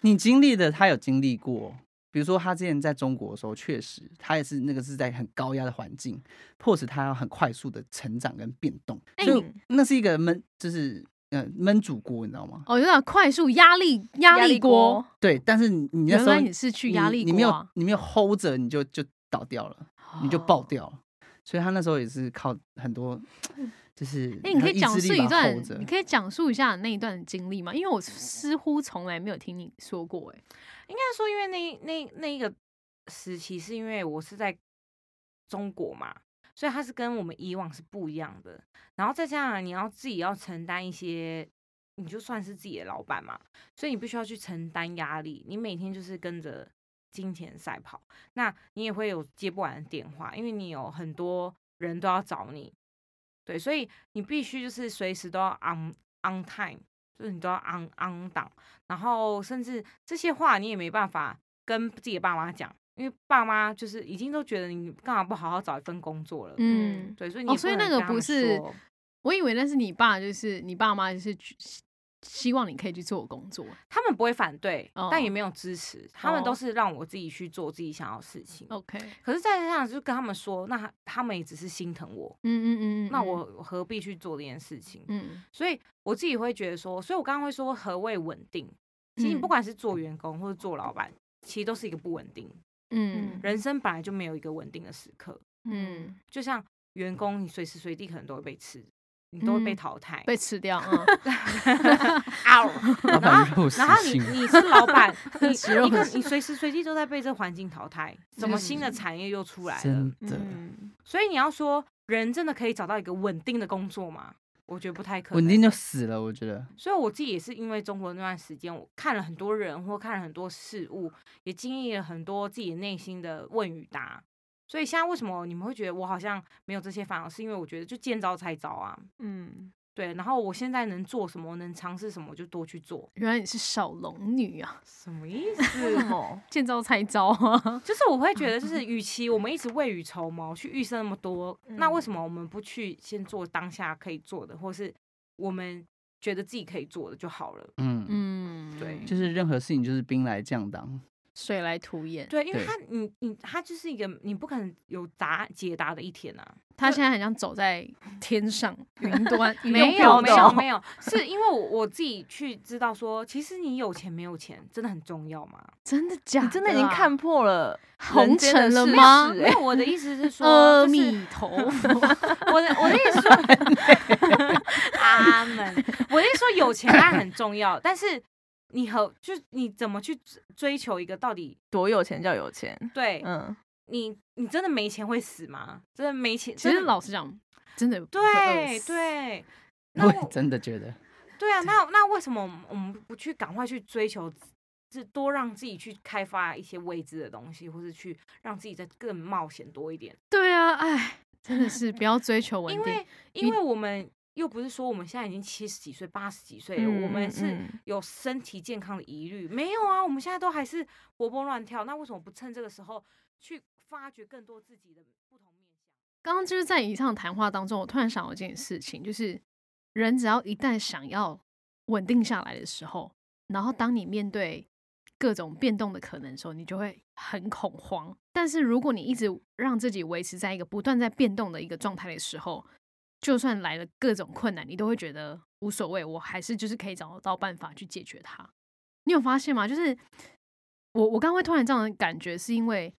你经历的，他有经历过。比如说，他之前在中国的时候，确实他也是那个是在很高压的环境，迫使他要很快速的成长跟变动。
哎
所以
你
那是一个闷，就是呃闷主锅，你知道吗？
哦，有点快速压力压力锅。，
对，但是你你那
原
时候
来你是去压力
你，你没
锅
有
啊，哦
你没有 hold 着，你就就倒掉了，你就爆掉了。所以他那时候也是靠很多，就是
哎、你可以
意
讲
志
述
力
一
把它 hold
段
着，
你。可以讲述一下那一段经历吗？因为我似乎从来没有听你说过、哎，
应该说，因为那那那一个时期，是因为我是在中国嘛，所以它是跟我们以往是不一样的。然后再加上你要自己要承担一些，你就算是自己的老板嘛，所以你必须要去承担压力。你每天就是跟着金钱赛跑，那你也会有接不完的电话，因为你有很多人都要找你，对，所以你必须就是随时都要 on on time，就是你都要 on on 档。然后甚至这些话你也没办法跟自己的爸妈讲，因为爸妈就是已经都觉得你干嘛不好好找一份工作了，
嗯，
对，所以
哦
你也
所以
能
那个
跟他
不
们
是
说
我以为那是你爸，就是你爸妈，就是去希望你可以去做工作。
他们不会反对，
哦
但也没有支持，他们
哦
都是让我自己去做自己想要的事情。
OK，
可是再加上就跟他们说，那他他们也只是心疼我，
嗯嗯嗯，
那我何必去做这件事情？
嗯
所以我自己会觉得说，所以我刚刚会说何谓稳定。其实你不
嗯
管是做员工或者做老板，其实都是一个不稳定。
嗯
人生本来就没有一个稳定的时刻，
嗯
就像员工，你随时随地可能都会被吃，你都会被
嗯
淘汰。
被吃掉啊，
嗷
老板肉食
然后你
性，
你是老 板，你
吃肉
你可
食
你随时随地都在被这环境淘汰，什么新的产业又出来了
嗯真？的、
嗯，
所以你要说人真的可以找到一个稳定的工作吗？我觉得不太可能。
稳定就死了，我觉得。
所以我自己也是因为中国那段时间，我看了很多人或看了很多事物，也经历了很多自己内心的问与答。所以现在为什么你们会觉得我好像没有这些烦恼？是因为我觉得就见招拆招啊，
嗯，
对，然后我现在能做什么，能尝试什么就多去做。
原来你是小龙女啊，
什么意
为
思
什？么？
见招拆招啊！
就是我会觉得，就是与其我们一直未雨绸缪去预设那么多，那为什么我们不去先做当下可以做的，或是我们觉得自己可以做的就好了？
嗯，
嗯，
对
就是任何事情就是兵来将挡，
水来土掩。
对，因为
对
他你你他就是一个你不可能有答解答的一天啊。
他现在很像走在天 上云端，用
没
飘
有
的
没有
哦
没有，是因为我我自己去知道说，其实你有钱没有钱真的很重要吗？
真的假的啊？
你真的已经看破了
红
人间的
尘了
世
吗呃
事
没
欸
有，我的意思是说，
阿
就是
弥陀佛，
我的我的意思说，阿门。我的意思说，有钱当然很重要，但是你和就是你怎么去追追求一个到底
多有钱叫有钱。
对、
嗯，
你，你真的没钱会死吗？真的没钱，
其实
真的
老实讲，真的不会饿
对
死，
对 那
我
我
也真的觉得，
对啊，那那为什么我们我们不去赶快去追求？是多让自己去开发一些未知的东西，或是去让自己再更冒险多一点。
对啊，哎，真的是不要追求稳
因
定
为，因为我们又不是说我们现在已经七十几岁、八十几岁了，我们是
嗯嗯
有身体健康的疑虑，没有啊，我们现在都还是活蹦乱跳，那为什么不趁这个时候去发掘更多自己的不同面向？
刚刚就是在以上的谈话当中，我突然想到一件事情，就是人只要一旦想要稳定下来的时候，然后当你面对各种变动的可能的时候，你就会很恐慌。但是如果你一直让自己维持在一个不断在变动的一个状态的时候，就算来了各种困难，你都会觉得无所谓，我还是就是可以找到办法去解决它。你有发现吗？就是我我刚刚会突然这样的感觉，是因为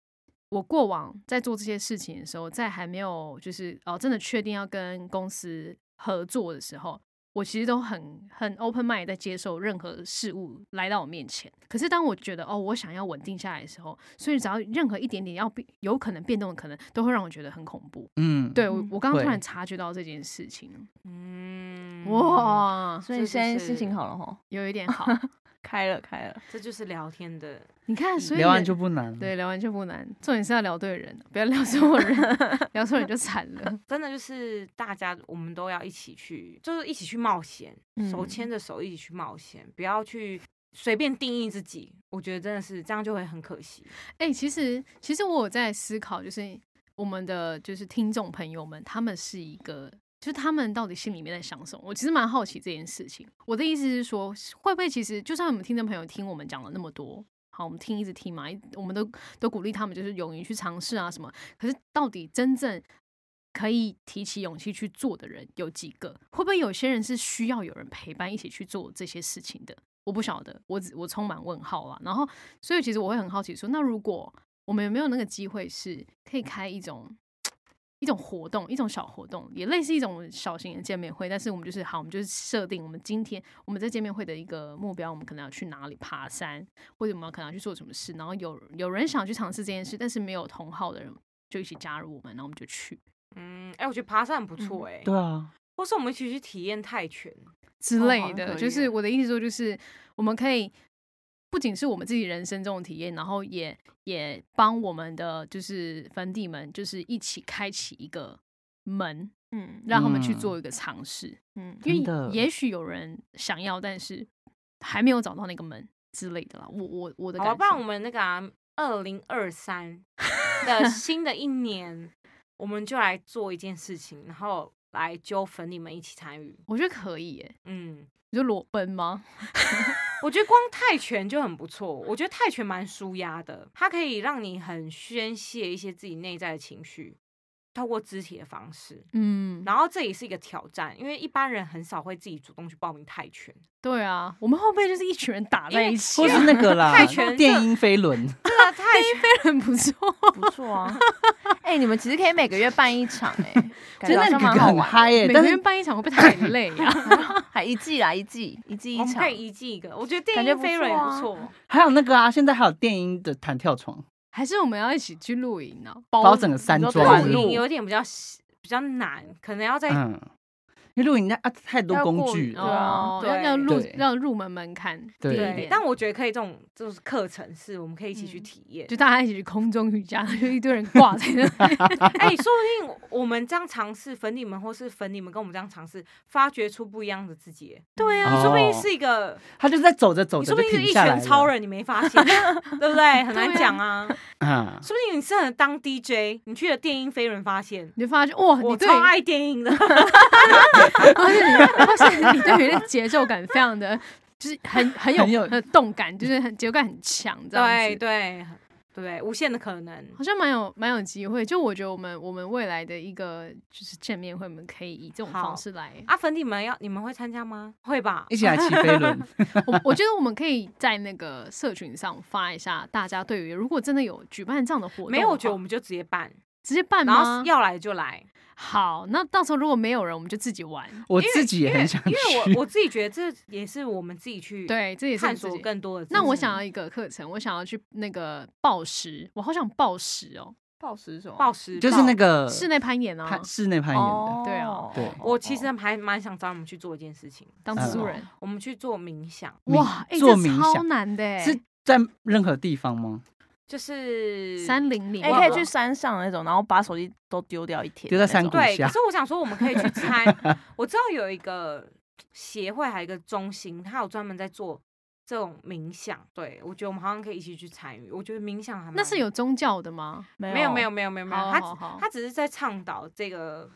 我过往在做这些事情的时候，在还没有就是哦真的确定要跟公司合作的时候，我其实都很很 open mind 在接受任何事物来到我面前。可是当我觉得哦我想要稳定下来的时候，所以只要任何一点点要变有可能变动的可能，都会让我觉得很恐怖。
嗯，
对我
嗯
我刚刚突
会
然察觉到这件事情，
嗯，
哇，
所
这
以
就
现在
是
心情好了吼，
有一点 好。
开了开了。
这就是聊天的。
你看，所以
聊完
人
就不难了，
对，聊完就不难。重点是要聊对人，啊不要聊错 人，聊错人就惨了。
真的就是大家，我们都要一起去，就是一起去冒险，
嗯
手牵着手一起去冒险，不要去随便定义自己。我觉得真的是这样就会很可惜。
哎、其实其实我有在思考，就是我们的就是听众朋友们，他们是一个，就是他们到底心里面在想什么？我其实蛮好奇这件事情。我的意思是说，会不会其实就算我们听众朋友听我们讲了那么多。好，我们听一直听嘛，一我们都都鼓励他们就是勇于去尝试啊什么。可是到底真正可以提起勇气去做的人有几个？会不会有些人是需要有人陪伴一起去做这些事情的？我不晓得，我只我充满问号啊啦。然后所以其实我会很好奇说，那如果我们有没有那个机会是可以开一种一种活动，一种小活动，也类似一种小型的见面会，但是我们就是好，我们就是设定我们今天我们在见面会的一个目标，我们可能要去哪里爬山，或者我们可能要去做什么事，然后有有人想去尝试这件事，但是没有同好的人就一起加入我们，然后我们就去
嗯，哎、我觉得爬山很不
嗯
错哎、
对啊，
或是我们一起去体验泰拳，
之
哦好
类
像
的。
可
就
以
是
耶
我的意思说，就是我们可以不仅是我们自己人生中的体验，然后也也帮我们的就是粉底们，就是一起开启一个门，
嗯
让他们去
嗯
做一个尝试。
嗯
因为
真的
也许有人想要，但是还没有找到那个门之类的啦。我我我的
好
感
吧，
觉，
不然我们那个啊，二零二三的新的一年，我们就来做一件事情，然后来纠粉你们一起参与。
我觉得可以耶。
嗯，
你就裸奔吗？
我觉得光泰拳就很不错，我觉得泰拳蛮舒压的，它可以让你很宣泄一些自己内在的情绪，透过肢体的方式。
嗯，
然后这也是一个挑战，因为一般人很少会自己主动去报名泰拳。
对啊，我们后面就是一群人打
因
在
为
一起啊
或，是那个啦，
泰拳就
电音飞轮，
这个啊泰拳
很不错。
不 错啊。哎、你们其实可以每个月办一场哎、感
真
觉
的
好像蛮好
很
玩
嗨耶，
每个
但是
人办一场会不会太累啊呀、
的， 还一季啦，一季一季
啊我
一
们
场
可。以一季一个，我觉得电
感觉
音
不
飞轮也不
错
错。
还有那个啊，现在还有电音的弹跳床，
还是我们要一起去露营呢、
包整个山
你说
庄
短
露
是
营
路
有点比较细比较难，可能要在
嗯，因为录影那啊太多
要
工
过
具
对
了，
哦，
对
要要入
对
要入门门槛低
对
一
对
点，
但我觉得可以这种就是课程式，我们可以一起去
嗯
体验。
就大家一起去空中瑜伽，就一堆人挂 在那里。
啊
哎、说不定我们这样尝试粉底们，或是粉底们跟我们这样尝试，发掘出不一样的自己。对啊，你说不定
哦
是一个，
他就在走着走
你
着
说不
就
定是
停
一
下来
拳
了
超人，你没发 现，对不对？很难讲啊，
啊！
说不定你适合当 DJ，你去了电音飞轮发现。
你就发现哇，哦你
我
对
超爱电音的，
而且你 而且你对于那节奏感非常的，就是很很有
很有
很动感，就是很节奏感很强，这样
对
子
对对，无限的可能。
好像蛮有蛮有机会。就我觉得我们我们未来的一个就是见面会，我们可以以这种
好
方式来。
啊，粉底们要你们会参加吗？会吧
一？起来骑飞轮，
我我觉得我们可以在那个社群上发一下，大家对于如果真的有举办这样的活动的话，
没有，我觉得我们就直接办，
直接办
然
吗
后？要来就来。
好，那到时候如果没有人，我们就自己玩。
我自己也很想
因为
去
我我自己觉得这也是我们自己去
对，这也是
探
自
索
己。
更多的自己。
那我想要一个课程，我想要去那个暴食，我好想暴食哦，
暴食什么？
暴食
就是那个
室内攀岩
呃攀
哦，
室内攀岩的，
对啊
哦
对
我其实还蛮想找你们去做一件事情，
当蜘蛛人。
我们去做冥想，
呃冥
哇，哎、
做
这
冥
超
想
难的欸，
是在任何地方吗？
就是
山林里
哎、
面，
可以去山上那种，然后把手机都丢掉一天，
丢在山谷
对。
下
可是我想说，我们可以 去参。我知道有一个协会，还有一个中心，它有专门在做这种冥想。对，我觉得我们好像可以一起去参与。我觉得冥想还蛮
那是有宗教的吗？
没有没有没有没有没有，
好哦
他
好好
只他只是在倡导这个，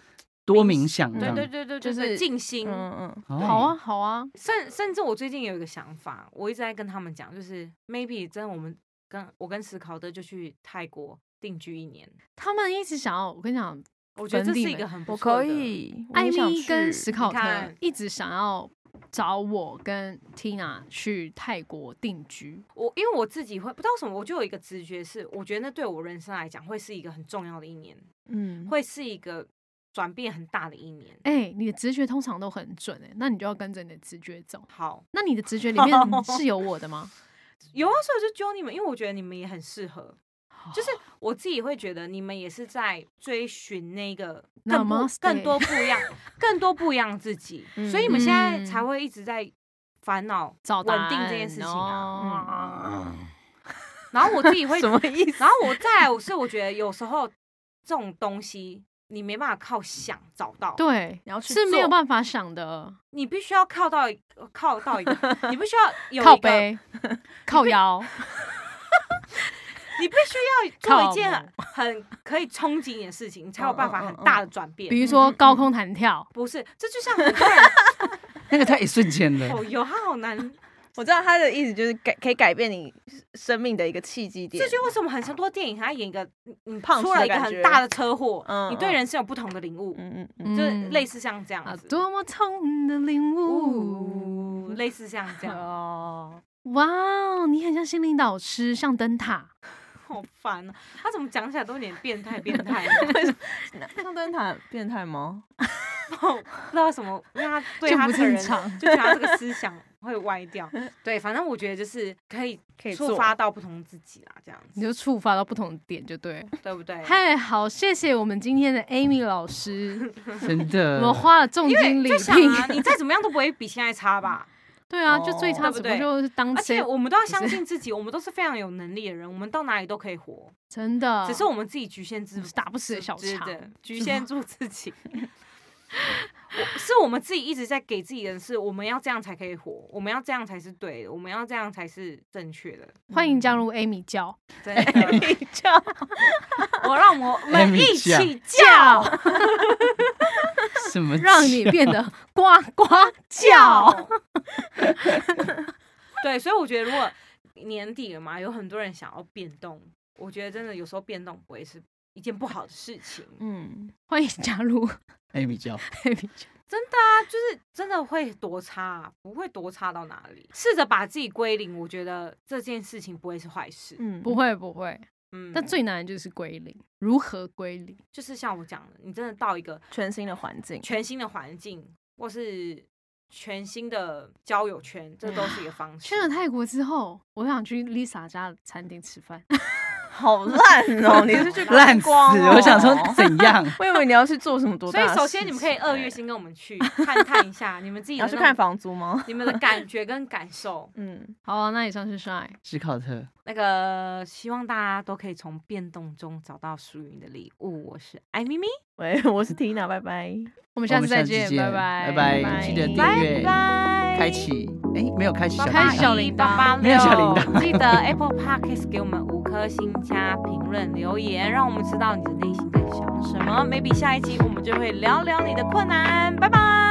多冥想这
对
样，
对对对，对
嗯就是
对静心。
嗯嗯，
哦
好啊，，好啊，
甚甚至我最近有一个想法，我一直在跟他们讲，就是 maybe 真的我们跟我跟史考特就去泰国定居一年，
他们一直想要，我跟你讲，
我觉得这
本地
是一
美
个很不
我
错
可
的。
以。我
艾
也想
米跟
去
史考特
看
一直想要找我跟 Tina 去泰国定居，
我因为我自己会不知道为什么，我就有一个直觉是，我觉得那对我人生来讲会是一个很重要的一年，
嗯，
会是一个转变很大的一年。
哎、你的直觉通常都很准哎、那你就要跟着你的直觉走。
好，
那你的直觉里面 是有我的吗？
有啊，所以我就揪你们，因为我觉得你们也很适合。就是我自己会觉得你们也是在追寻那个更不
Namaste
更多不一样、更多不一样的自己，
嗯
所以你们现在才会一直在烦恼
找答
稳
案
定这件事情啊。
哦
然后我自己会
嗯什么意思？
然后我再来，我是我觉得有时候这种东西你没办法靠想找到，
对，
你要去
是没有
做
办法想的，
你必须要靠到一靠到一个，你必须要有
靠
一个，
背、 靠 腰。
你必须要做一
靠
件很可以冲击你的事情，你才有办法
嗯嗯
很
嗯
大的转变。
比如说高空弹跳，
不是，这就像很多人
那个太一瞬间的，
哦，有 他好难。
我知道他的意思就是改可以改变你生命的一个契机点
这。就为什么很像多电影，他演一个你你
胖
出
子的
了一个
感
很
觉
大的车祸，
嗯
你对
嗯
人生有不同的领悟，
嗯嗯嗯，
就是类
似
似像这
啊
样，子，
多么痛的领
呜
悟。
类似像这样，
哦，哇哦，你很像心灵导师，像灯塔。
好烦啊！他怎么讲起来都有点变态，变 态的。
像灯塔变态吗？
不知道什么，因为他对
就
他
不
这个
正
人
常
就觉得他这个思想会歪掉。 对，反正我觉得就是可以
可以
触
做
发到不同自己啦，这样
你
子，
就触发到不同的点就对了。
对不对？
嗨，好，谢谢我们今天的 Amy 老师，
真
我
的
们，花了重
嗯因为
金礼
就想啊，
聘。
你再怎么样都不会比现在差 吧？
对啊，就最差
哦
只不
对
过
不
就
对
是
嗯
当
而且
谁
我们都要
是
相信自己，我们都是非常有能力的人，我们到哪里都可以活，
真的，
只是我们自己局限自
我嗯是打不死的小
知
肠
的局限住自己。我是我们自己一直在给自己人是，我们要这样才可以活，我们要这样才是对的，我们要这样才是正确的。
欢迎加入 Amy 教。
真的，
比较
我让我们
Amy
一起
叫
叫，
什么
让你 变得呱呱 叫。
叫。对，所以我觉得如果年底了嘛，有很多人想要变动，我觉得真的有时候变动不会是一件不好的事情，
嗯，
欢迎加入
艾米教
Amy 教。
它就是真的会多差啊、不会多差到哪里。试着把自己归零，我觉得这件事情不会是坏事。
嗯，
不会不会，
嗯，
但最难的就是归零，如何归零？
就是像我讲的，你真的到一个
全新的环境，
全新的环境，或是全新的交友圈，这都是一个方式。
去了泰国之后，我想去 Lisa 家的餐厅吃饭，
好烂 哦！你是去观
烂死！
光哦
我想说怎样？
我以为你要去做什么多
所
大
以
的事情欸，
首先你们可以二月先跟我们去探探一下你们自己
你
的
要
那
去
种
看，房租吗？。
你们的感觉跟感受
嗯，
好啊，那以上是 shy，
史考特，
那个希望大家都可以从变动中找到属于你的礼物。我是艾咪咪，
喂，我是 Tina，拜拜。
我
我
们下次再
见，
拜
拜
拜
拜，记得订
拜
阅，
拜
开启，哎，没有开启小
八
铃
八
开
铛，
一
小铃铛
八八六
没有小铃 铛
记得 Apple Podcast 给我们五颗星加评论留言，让我们知道你的内心在想什么。maybe 下一集我们就会聊聊你的困难。拜拜。